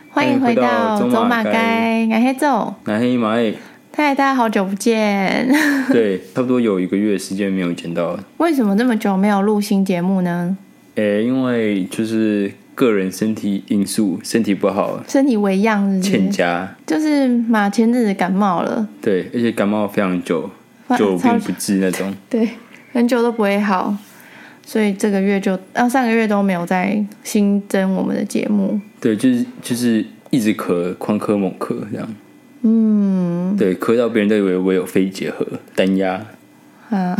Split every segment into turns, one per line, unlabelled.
欢迎回到
哎欢迎回到
走
走
马
马街
街，感谢走。
那黑马 哎，
嗨，大家好久不见！
对，差不多有一个月的时间没有见到了。
为什么这么久没有录新节目呢？
诶，因为就是个人身体因素，身体不好，
身体为恙是不是
欠佳，
就是马前阵子感冒了，
对，而且感冒非常久，
嗯哇
久
超
病不治那种。
对，很久都不会好，所以这个月就啊上个月都没有再新增我们的节目。
对，就是就是一直咳，狂咳猛咳这样。嗯，对，咳到别人都以为我有肺结核、单压。
啊，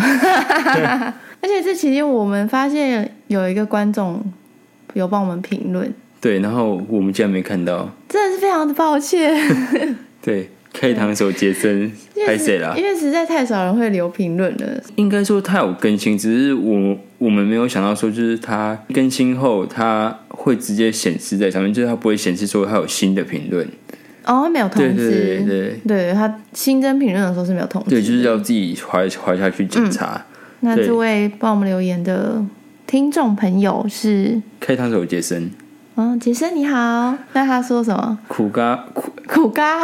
而且这期间我们发现有一个观众有帮我们评论，
对，然后我们竟然没看到。
真的是非常的抱歉，
对，开膛手杰 森
因
拍
为
谁啦？
因为实在太少人会留评论了。
应该说它有更新，只是我我们没有想到说，就是它更新后，它会直接显示在上面，就是它不会显示说它有新的评论。
哦，没有通
对对
知，
对对
对他新增评论的时候是没有通知的。
对，就是要自己滑滑下去检查。
那
对
这位帮我们留言的听众朋友是，
开膛手杰森，
嗯、杰森你好。那他说什么？
苦瓜苦
苦瓜，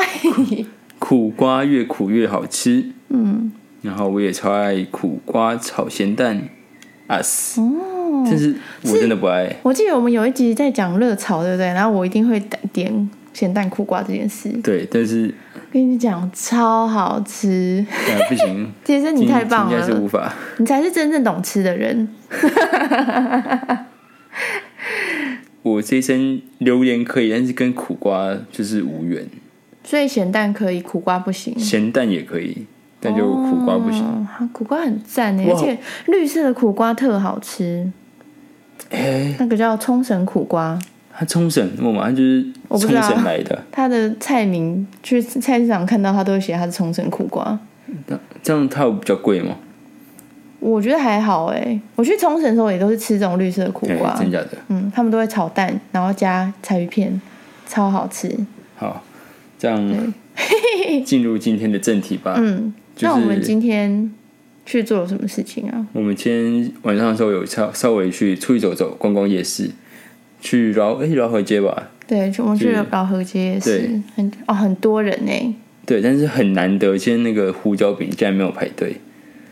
苦瓜越苦越好吃。嗯，然后我也超爱苦瓜炒咸蛋，啊死！
哦
但是我真的不爱。
我记得我们有一集在讲热炒，对不对？然后我一定会点咸蛋苦瓜这件事。
对，但是
跟你讲，超好吃！
啊不行，
杰森， 你
今
太棒
今天是
了，
无法。
你才是真正懂吃的人。
我这一身榴莲可以，但是跟苦瓜就是无缘。
所以咸蛋可以，苦瓜不行。
咸蛋也可以，但就苦瓜不行。
嗯哦，啊苦瓜很赞诶，
哇
而且绿色的苦瓜特好吃，
哎、
那个叫冲绳苦瓜，
它冲绳，我马上就是
我不
冲
知道
绳来的，
它的菜名去菜市场看到它都会写它是冲绳苦瓜。哦
这样它有比较贵吗？
我觉得还好诶，我去冲绳的时候也都是吃这种绿色的苦
哎
瓜，
真假的？
嗯，他们都会炒蛋，然后加柴鱼片，超好吃。
好，这样 进入今天的正题吧。
嗯，
就是
那我们今天去做了什么事情啊？
我们今天晚上的时候有稍稍微去出去走走，逛逛夜市，去饶哎饶河街吧。
对，我们去了老河街夜市
对，
很哦很多人呢、
对，但是很难得，今天那个胡椒饼竟然没有排队。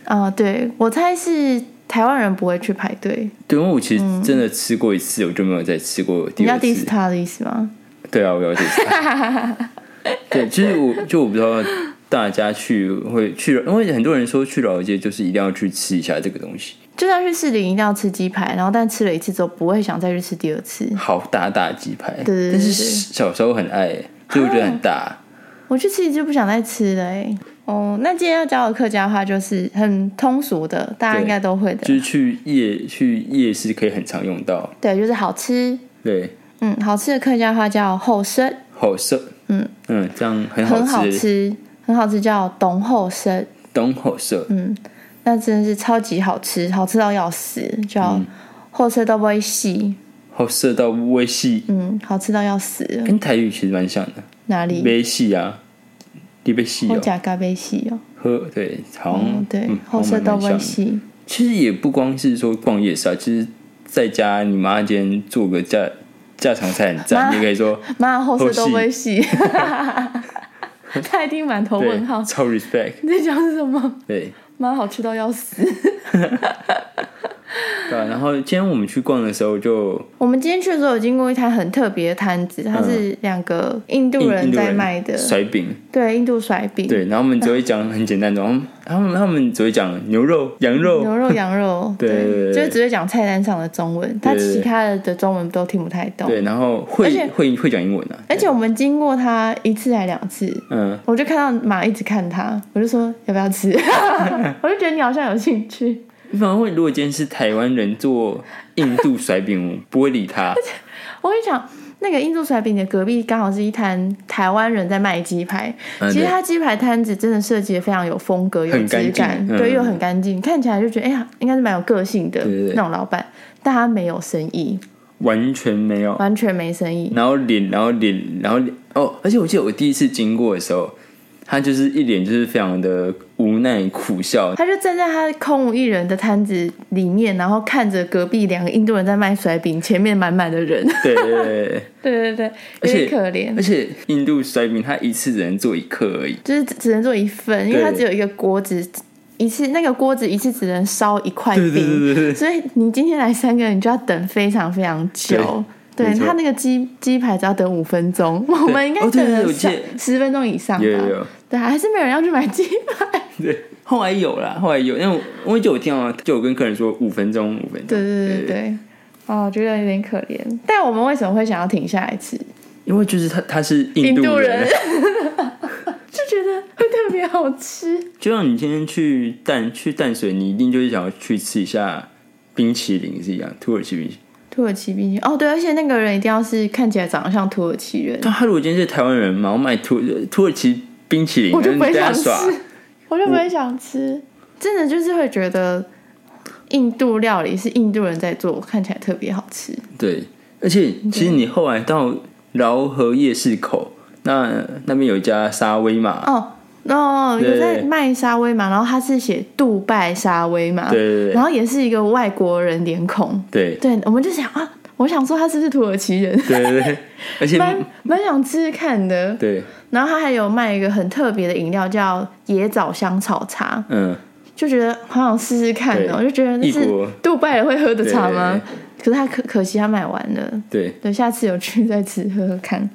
啊、对我猜是台湾人不会去排队，
对，因为我其实真的吃过一次，我就没有再吃
嗯
过
你
第
要
二次。
diss 他的意思吗？
对啊，我了解 他。对，其实我就我不知道大家去会去，因为很多人说去老街就是一定要去吃一下这个东西，
就算去士林一定要吃鸡排，然后但吃了一次之后不会想再去吃第二次。
好大大鸡排。
对对对
但是
对啊
小时候很爱、欸所以我觉得很大。
我去吃一次就不想再吃了哎、哦，那今天要教的客家话就是很通俗的，大家
对
应该都会
就
的。
是去夜去夜市可以很常用到，
对，就是好吃。
对，
嗯，好吃的客家话叫后生，
好色，
嗯
嗯，这样很好
很好
吃，
吃，很好吃叫董后生。
懂好色，
嗯，那真的是超级好吃，好吃到要死，叫
嗯
后车都不会细，
好色到微细，
嗯，好吃到要死了。
跟台语其实蛮像的，
哪里？
微细啊，你被细
我
哦，
嗯假咖啡细哦，
喝对，好像、
嗯，对
嗯，
后车都不
好像蛮像
会
的
细，
其实也不光是说逛夜市啊，其实在家你妈今天做个家家常菜很赞，
妈
你可 以说
妈后车都不会细， 他一定满头
对
问号，，
超 respect，
你在讲什么？
对。
妈好吃到要死。
对啊、然后今天我们去逛的时候就，
我们今天去的时候有经过一摊很特别的摊子，它是两个印度
印
人
嗯印度
在
人
卖的，
甩饼，
对，印度甩饼，
对，然后我们只会讲很简单的，然后他们他们只会讲牛肉、羊肉，
牛肉、羊肉，
对对对
就是只会讲菜单上的中文，他
对对
其
对
他的的中文都听不太懂。
对，然后
而
会
且
会会讲英文啊，
而且我们经过他一次还两次，
嗯，
我就看到马一直看他，我就说要不要吃， 我就觉得你好像有兴趣，
反正会如果今天是台湾人做印度甩饼，我不会理他，
我就想。那个印度甩饼的隔壁刚好是一摊台湾人在卖鸡排，
嗯
其实
对
他鸡排摊子真的设计的非常有风格、有
很干
质
净
感，
嗯
对，又很干净，看起来就觉得哎呀，应该是蛮有个性的
对对对
那种老板，但他没有生意，
完全没有，
完全没生意。
哦然后脸，然后脸，然后脸哦！而且我记得我第一次经过的时候，他就是一脸就是非常的无奈苦笑，
他就站在他空无一人的摊子里面，然后看着隔壁两个印度人在卖甩饼，前面满满的人，
对对对
对对
对，
对，
而
有点
且
可怜
而，且印度摔饼他一次只能做一克而已，
就是只只能做一份，因为
对
他只有一个锅子，一次那个锅子一次只能烧一块
对对
饼，
对对 对，
所以你今天来三个人，你就要等非常非常久。
对
对
没错
他那个鸡鸡排只要等五分钟，我们应该
哦对
等
对对
了
我
三
记得
十分钟以上吧。
有有有，
对，还是没有人要去买鸡 排。
对，后来有啦，后来有，因为我因为就有听到，就有跟客人说五分钟，五分钟，
对对对对对，哦，觉得有点可怜。但我们为什么会想要停下来吃？
因为就是他他是
印
印
度
人
人，就觉得会特别好吃。
就像你今天去淡去淡水，你一定就是想要去吃一下冰淇淋是一样，土耳其冰淇淋。
土耳其冰淇淋哦，对，而且那个人一定要是看起来长得像土耳其人，
但他如果今天是台湾人嘛，我买土土耳其冰淇淋，啊
我就
然
不
后
会
你被他
想吃
耍，
我就不会想吃。真的就是会觉得印度料理是印度人在做，看起来特别好吃。
对，而且其实你后来到饶河夜市口，那那边有一家沙威玛，
哦哦，
对
有在卖沙威玛，然后他是写杜拜沙威玛，
对对对
然后也是一个外国人脸孔，
对
对，我们就想啊，我想说他是不是土耳其人，
对对对，而 且
蛮蛮想吃吃看的。
对，
然后他还有卖一个很特别的饮料，叫野枣香草茶，
嗯，
就觉得好想试试看哦，
对
就觉得那
异国
是杜拜人会喝的茶吗可
对？
是他可可惜他买完了，
对，
对，下次有去 再吃喝喝看。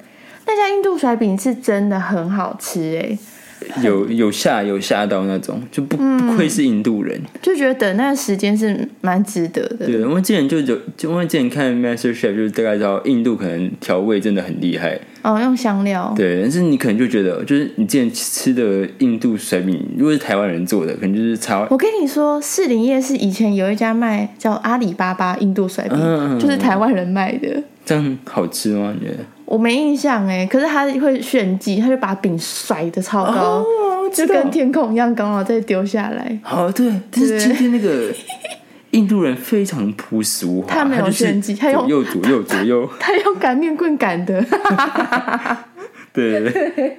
那家印度甩饼是真的很好吃哎、
有有吓有吓到那种，就不
嗯
不愧是印度人。
就觉得等那个时间是蛮值得的。
对，因为之前就有，就因为之前看 Master Chef 就是大概知道印度可能调味真的很厉害，
哦，用香料，
对，但是你可能就觉得，就是你之前吃的印度水饼，如果是台湾人做的，可能就是差。
我跟你说，士林夜市以前有一家卖叫阿里巴巴印度甩饼，
嗯
就是台湾人卖的。
这样好吃吗？你觉得？
我没印象哎，可是他会炫技，他就把饼甩的超高，
哦
就跟天空一样高，然后再丢下来。
好哦对，但是
对
今天那个印度人非常朴俗化，
他没有
就是
炫技他
左
用
右左 右左右，
他用擀面棍擀的，
对对 对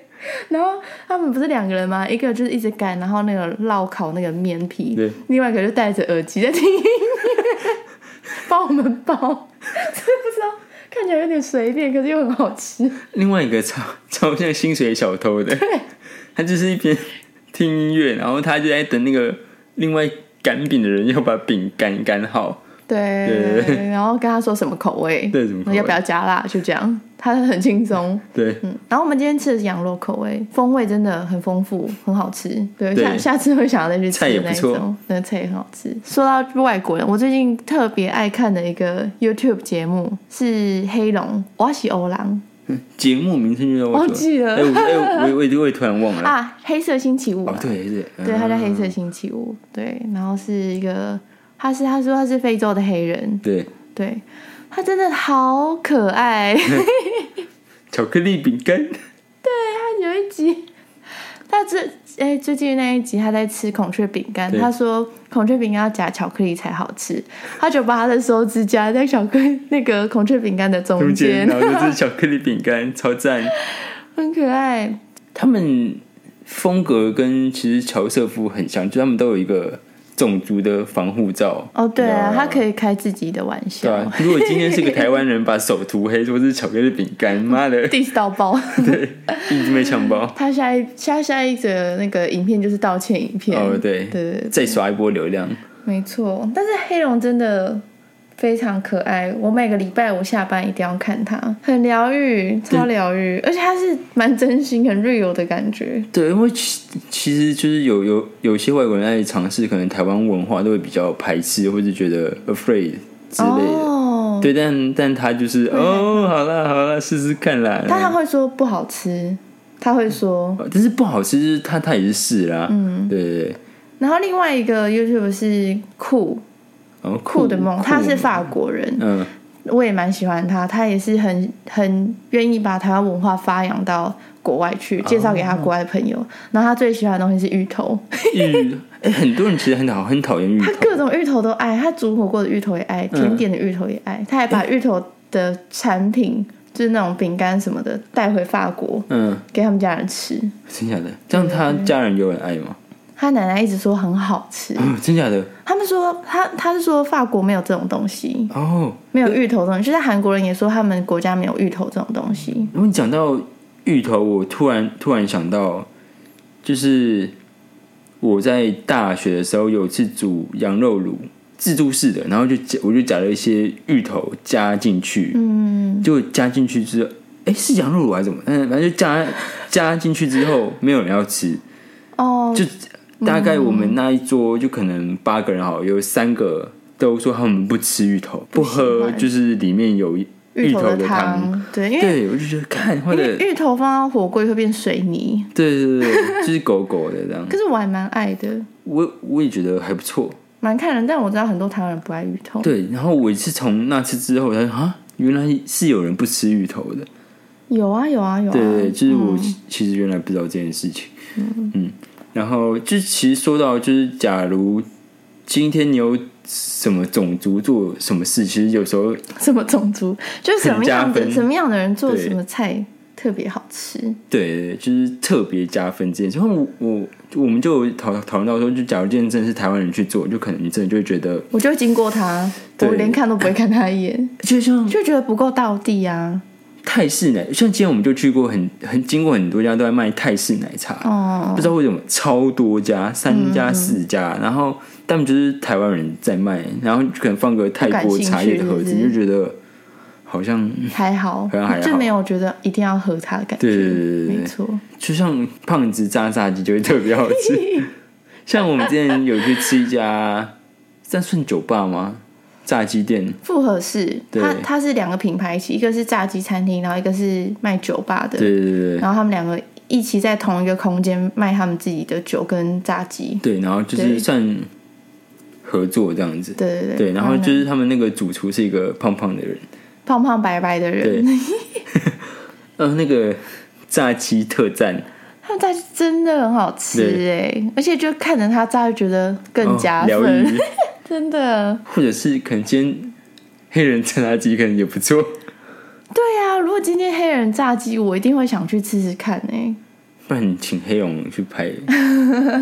然后他们不是两个人吗？一个就是一直擀，然后那个烙烤那个面皮
对，
另外一个就戴着耳机在听音乐，帮我们包， 真的不知道，看起来有点随便，可是又很好吃。
另外一个超超像薪水小偷的， 他就是一边听音乐，然后他就在等那个另外擀饼的人要把饼擀擀好。
对，
对对
然后跟他说什么口味，
对什么口味
要不要加辣，就这样，他很轻松。
对，
嗯，然后我们今天吃的是羊肉口味，风味真的很丰富，很好吃。对，
对
下下次会想要再去吃
菜
的
也不
那一
错
种，那菜也很好吃。说到外国人，我最近特别爱看的一个 YouTube 节目是黑龙瓦西欧郎
节目名称就叫我
忘记了
哎、我哎、我我我我也突然忘了。
啊，黑色星期五
哦
嘛，，
对对，
对，他叫黑色
嗯
星期五，对，然后是一个，他是他说他是非洲的黑人，
对，
对他真的好可爱。
巧克力饼干，
有一集，他这哎、最近那一集他在吃孔雀饼干，
对
他说孔雀饼干要夹巧克力才好吃，他就把他的手指夹在巧克力那个孔雀饼干的中
中
间
间，然后就是巧克力饼干，超赞。
很可爱。
他们风格跟其实乔瑟夫很像，就他们都有一个种族的防护罩。
哦，对啊，他可
以。
以开自己的玩笑
对啊， 如果今天是个台湾人把手涂黑，说是巧克力饼干，妈 的，
，diss 到爆。
对，一直被呛爆。
他下一下下一则那个影片就是道歉影片，
哦，对，
对对
再刷一波流量。
没错，但是黑龙真的非常可爱，我每个礼拜五下班一定要看它，很疗愈，超疗愈，而且它是蛮真心、很 real 的感觉。
对，因为其其实就是有有有些外国人爱尝试，可能台湾文化都会比较排斥，或是觉得 afraid 之类的。
哦，
对，但但他就是哦，好啦好啦，试试看啦。
但他会说不好吃，他会说。
呃但是不好吃，就是他他也是试啦。嗯，对对对。
然后另外一个 YouTube 是酷
然后酷
嗯酷的梦，他是
酷
法国人，
嗯，
我也蛮喜欢他，他也是很很愿意把台湾文化发扬到国外去，介绍给他国外朋友。然后他最喜欢的东西是芋头。
芋哎，很多人其实很讨很讨厌芋
他
头，嗯
各种芋头都爱，他煮火锅的芋头也爱，甜点的芋头也爱，他还把芋头的产品就是那种饼干什么的带回法国
嗯，
给他们家人吃。
真假的？这样他家人有很爱吗？
他奶奶一直说很好 吃，
嗯，真假的？
他们说他他是说法国没有这种东西，
哦，
没有芋头这种，就是韩国人也说他们国家没有芋头这种东西。
然后你讲到芋头，我突然突然想到，就是我在大学的时候有一次煮羊肉卤，自助式的，然后就加我就加了一些芋头加进去，
嗯，
就加进去之后，哎，是羊肉卤还是怎么？嗯，反正就加加进去之后，没有人要吃，
哦，
就大概我们那一桌就可能八个人好了，有三个都说他们不吃芋头，不
喜
喝
欢
就是里面有芋
头
头的汤。
汤，对，因为
对，我就觉得看，或
因
者
为芋头放到火锅也会变水泥，
对对对，对就是狗狗的这样。
可是我还蛮爱的，
我我也觉得还不错。
蛮看人，但我知道很多台湾人不爱芋头。
对，然后我是从那次之后，我才说啊，原来是有人不吃芋头的。
有啊有啊有啊，
对对，对就是我其其实原来不知道这件事情。嗯然后就其实说到就是，假如今天你有什么种族做什么事，其实有时候
什么种族，就是什么样
很加
的
分
什么样的人做
对
什么菜特别好吃。
对对，对就是特别加分这件事。然后我我我们就有讨讨论到说，就假如今天真的是台湾人去做，就可能你真的就会觉得，
我就会经过他，
对
我连看都不会看他一眼，
就像
就觉得不够道地啊。
泰式奶，像今天我们就去过很很经过很多家都在卖泰式奶茶，
哦，嗯
不知道为什么超多家，三家四家，然后他们就是台湾人在卖，然后可能放个泰国茶叶的盒
不
子，
感兴趣
你
是
就觉得好像
还好，
好像还好
就没有觉得一定要喝他的感觉。
对对对对对
没错。
就像胖子炸炸鸡就会特别 好吃。像我们之前有去吃一家，算算酒吧吗？炸鸡店，
复合式，
对
它它是两个品牌一起，一个是炸鸡餐厅，然后一个是卖酒吧的，
对对对对
然后他们两个一起在同一个空间卖他们自己的酒跟炸鸡。
对，然后就是
对
算合作这样子。
对嗯对对，
对，然后
呢
就是他们那个主厨是一个胖胖的人，
胖胖白白的人，
对，呃，那个炸鸡特战
他们炸鸡真的很好吃
对
哎，而且就看着他炸，就觉得更加
哦疗
分，
愈，
真的。
或者是可能今天黑人炸炸鸡可能也不错，
对啊，如果今天黑人炸鸡，我一定会想去吃吃看哎、
不然你请黑龙去拍，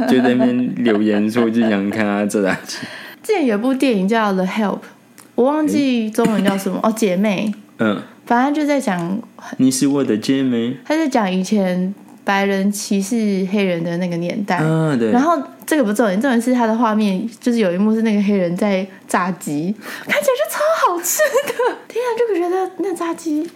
就在那边留言说就想看他炸炸鸡，
之前有部电影叫《The Help》，我忘记中文叫什么、哦，姐妹，
嗯，
反正就在讲
你是我的姐妹
他是讲以前白人歧视黑人的那个年代。
啊，对
然，后这个不重点，重点是他的画面，就是有一幕是那个黑人在炸鸡，看起来就超好吃的。天啊，就觉得那炸鸡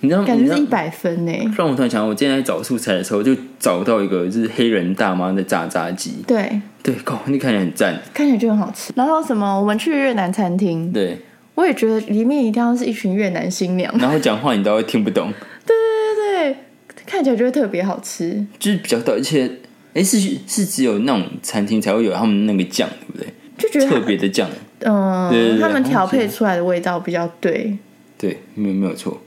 你知道，
感
你
觉
知
是一
道。
百分呢。
让我突然想到，我今天在找素材的时候，就找到一个就是黑人大妈的炸炸鸡，
对，
对，靠，那看起来很赞，
看起来就很好吃。然后什么，我们去越南餐厅，
对，
我也觉得里面一定要是一群越南新娘。
然后讲话你都会听不懂，
对对对对，看起来就会特别好吃。
就是比较到，而且，哎、是是只有那种餐厅才会有他们那个酱，对不对？
就觉得
特别的酱，
嗯，
对对对
他们
好
调配
像
出来的味道比较对。
对，没有没有错，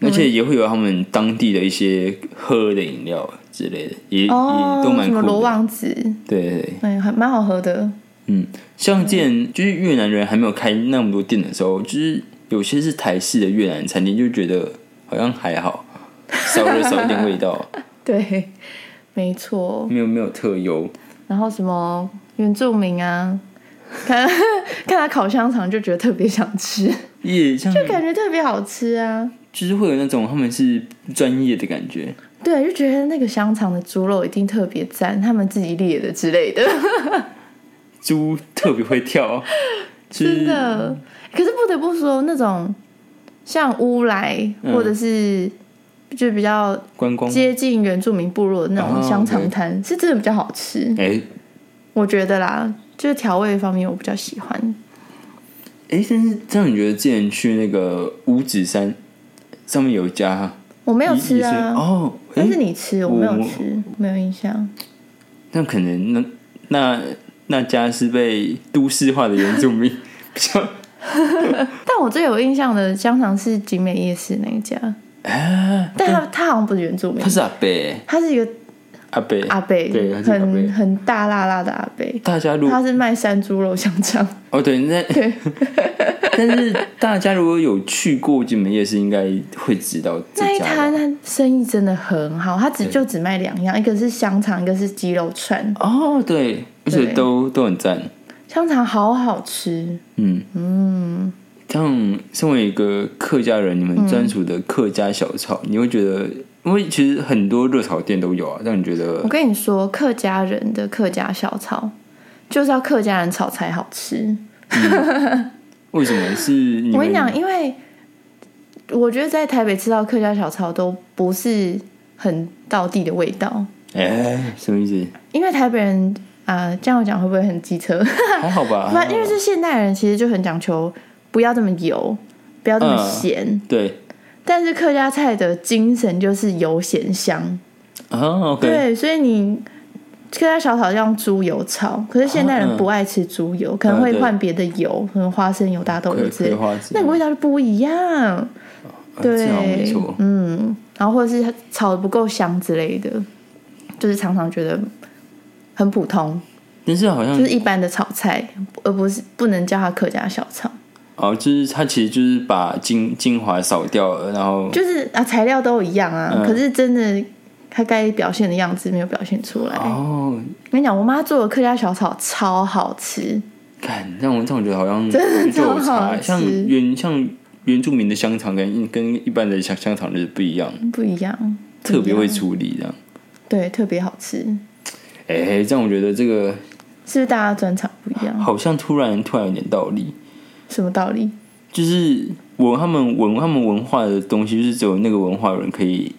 而且也会有他们当地的一些喝的饮料之类的，也、
哦，
也都蛮
什么罗
酷的。
旺子，
对对对，
哎，还蛮好喝的。
嗯，像之
嗯
前就是越南人还没有开那么多店的时候，就是有些是台式的越南餐厅，就觉得好像还好，少了少一点 味道，
对，没错。
没有没有特优。
然后什么原住民啊，看看他烤香肠就觉得特别想吃，
也像
就感觉特别好吃啊。
就是会有那种他们是专业的感觉，
对，就觉得那个香肠的猪肉一定特别赞，他们自己裂的之类的，
猪特别会跳，就是
真的。欸可是不得不说，那种像乌来、
嗯
或者是就比较
观光。
接近原住民部落的那
哦
种香肠
对
摊，是真的比较好吃。
哎、
我觉得啦，就是调味方面我比较喜欢。
哎，但是这样你觉得之前去那个五指山上面有一家，
我没
没
有吃啊，
哦，
但
哎
是，你吃，我
我
没有吃，没有印象。
那可能那那那家是被都市化的原住 民比较，
但我最有印象的香肠是景美夜市那一家，
哎、
但他他好像不是原住民
他，是阿伯，
他是一个
阿贝，
阿贝，
对，他是阿
很
贝。
很大辣辣的阿贝，
大家如
他是卖山猪肉香 肠，
哦对，那但是大家如果有去过金门夜市，应该会知道这
那一
家
摊
吧
他生意真的很好，他只
对
就只卖两样，一个是香肠，一个是鸡肉串，
哦，对，而且
对
都都很赞。
香肠好好吃，
嗯嗯，像身为一个客家人，你们专属的客家小炒，
嗯
你会觉得，因为其实很多热炒店都有啊，让你觉
我
得
跟你说，客家人的客家小炒就是要客家人炒才好吃。
为什么是你
我跟你
们
讲，因为我觉得在台北吃到客家小炒都不是很道地的味道，
哎，什么意思？
因为台北人啊、这样讲会不会很机车？
还好 吧，还好
反正因为是现代人，其实就很讲求不要这么油，不要这么
嗯
咸。
对
但是客家菜的精神就是油咸香，
啊，OK，
对，所以你客家小炒用猪油炒，可是现代人不爱吃猪油，可能会换别的油，啊可能花生油、大豆油
葵
之
葵
类，
花籽，
那个味道就不一样。
啊
对
这样没错，
嗯，然后或者是它炒的不够香之类的，就是常常觉得很普通，
但是好像
就是一般的炒菜，而不是不能叫它客家小炒，
哦，就是它其实就是把精精华扫掉了，然后
就是啊材料都一样啊，
嗯
可是真的它该表现的样子没有表现出来。
哦，
跟你讲，我妈做的客家小炒超好吃，
看让我让我觉得好像
真的
就有
超好
差，
吃
像原像原住民的香肠跟跟一般的香香肠就是不一样，
不一样，
特别会处理这样。
对，特别好吃，
哎、这样我觉得这个
是不是大家专场不一样？
好像突然突然有点道理，
什么道理？
就是我他们文他们文化的东西，就是只有那个文化人可以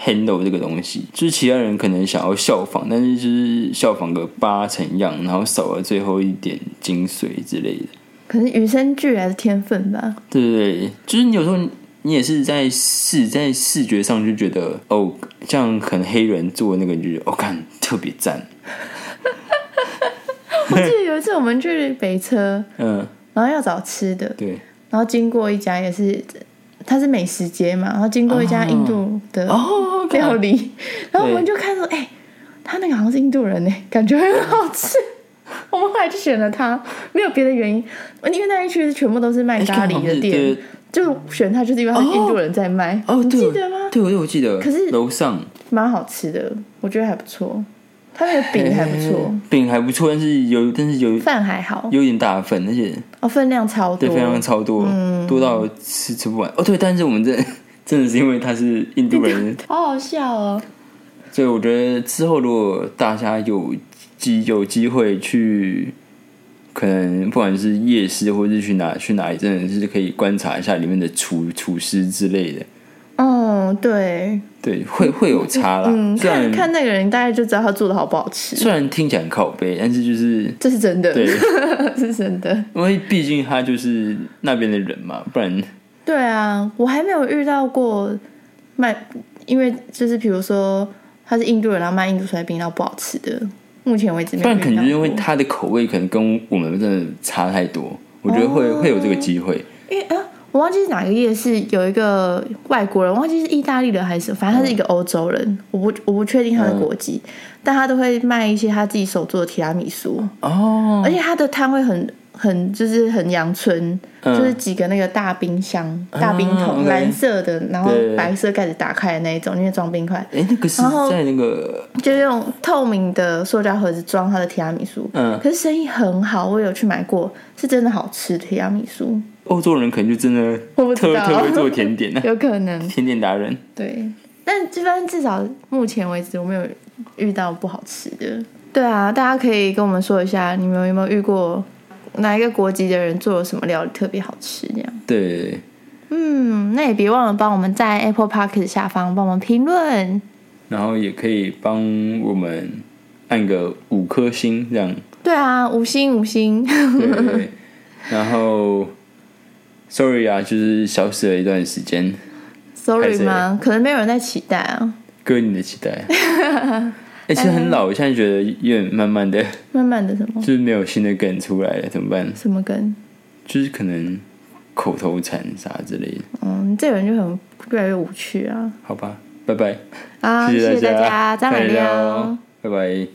handle 这个东西，就是其他人可能想要效仿，但是就是效仿个八成样，然后少了最后一点精髓之类的。
可能与生俱来的天分 吧。
对对对，就是你有时候你也是在视在视觉上就觉得哦，像可能黑人做那个你就觉得哦，看特别赞，
我记得有一次我们去北车，
嗯，
然后要找吃的，
对，
然后经过一家也是，它是美食街嘛，然后经过一家印度的
哦，
料理，然后我们就看说，哎、他那个好像是印度人呢，感觉很好吃。 我们后来就选了它，没有别的原因，因为那一区是全部都是卖
哎
咖喱的店，，
看好像是对
就选它就是因为它是印度人在卖，
哦，
你
对，
记得吗？
对，我对我记得。
可是
楼上
蛮好吃的，我觉得还不错，它那个饼还不错，
哎饼还不错，但是有但是有
饭还好，
有点大份，而且
哦，分量超多嗯
对，非常超多，多到吃吃不完。哦，对，但是我们这 真的是因为他是印度人，
好好笑哦。
所以我觉得之后如果大家有机有机会去，可能不管是夜市或是去哪去哪里，真的是可以观察一下里面的厨厨师之类的，
嗯，对，
对，会会有差啦。
嗯，
虽
看
然
看那个人，大概就知道他做的好不好吃，
虽然听起来很靠背，但是就是
这是真的，
对
是真的。
因为毕竟他就是那边的人嘛，不然
对啊，我还没有遇到过卖，因为就是比如说他是印度人，然后卖印度甩饼，然后不好吃的，目前为止没
不
有遇
然
到
可能就是因为
过
他的口味可能跟我们真的差太多，我觉得会、
哦
会有这个机会。
因为啊，我忘记是哪个夜市有一个外国人，我忘记是意大利人还是什么，反正他是一个欧洲人，我不我不确定他的国籍，但他都会卖一些他自己手做的提拉米苏，
哦，
而且他的摊位很很就是很阳春，
嗯
就是几个那个大冰箱、大冰
嗯
桶，
，OK
蓝色的，然后
对
白色盖子打开的那一种，里面装冰块，
哎、那个是
然后
在那个
就用透明的塑胶盒子装他的提拉米苏。
嗯，
可是生意很好，我有去买过，是真的好吃提拉米苏，
欧洲人可能就真的
我不知
特
道
特别做甜 点啊
有可能。
甜点达人。
对，但这边至少目前为止我没有遇到不好吃的。对啊，大家可以跟我们说一下，你们有没有遇过哪一个国籍的人做了什么料理特别好吃？这样，
对，
嗯，那也别忘了帮我们在 Apple Park 下方帮我们评论，
然后也可以帮我们按个五颗星这样。
对啊，五星五星，
对对对，然后 sorry 啊，就是消失了一段时间，
sorry 吗？可能没有人在期待啊，
割你的期待。 哎、其实很老，我现在觉得有点慢慢的。
慢慢的什么
就是没有新的梗出来了，怎么办？
什么跟，
就是可能口头禅啥之类的，
嗯，这个人就很越来越无趣啊
好吧，拜拜。
啊！
谢
谢
谢
谢
大
大
家
家，再
再
买
聊
料。
拜拜。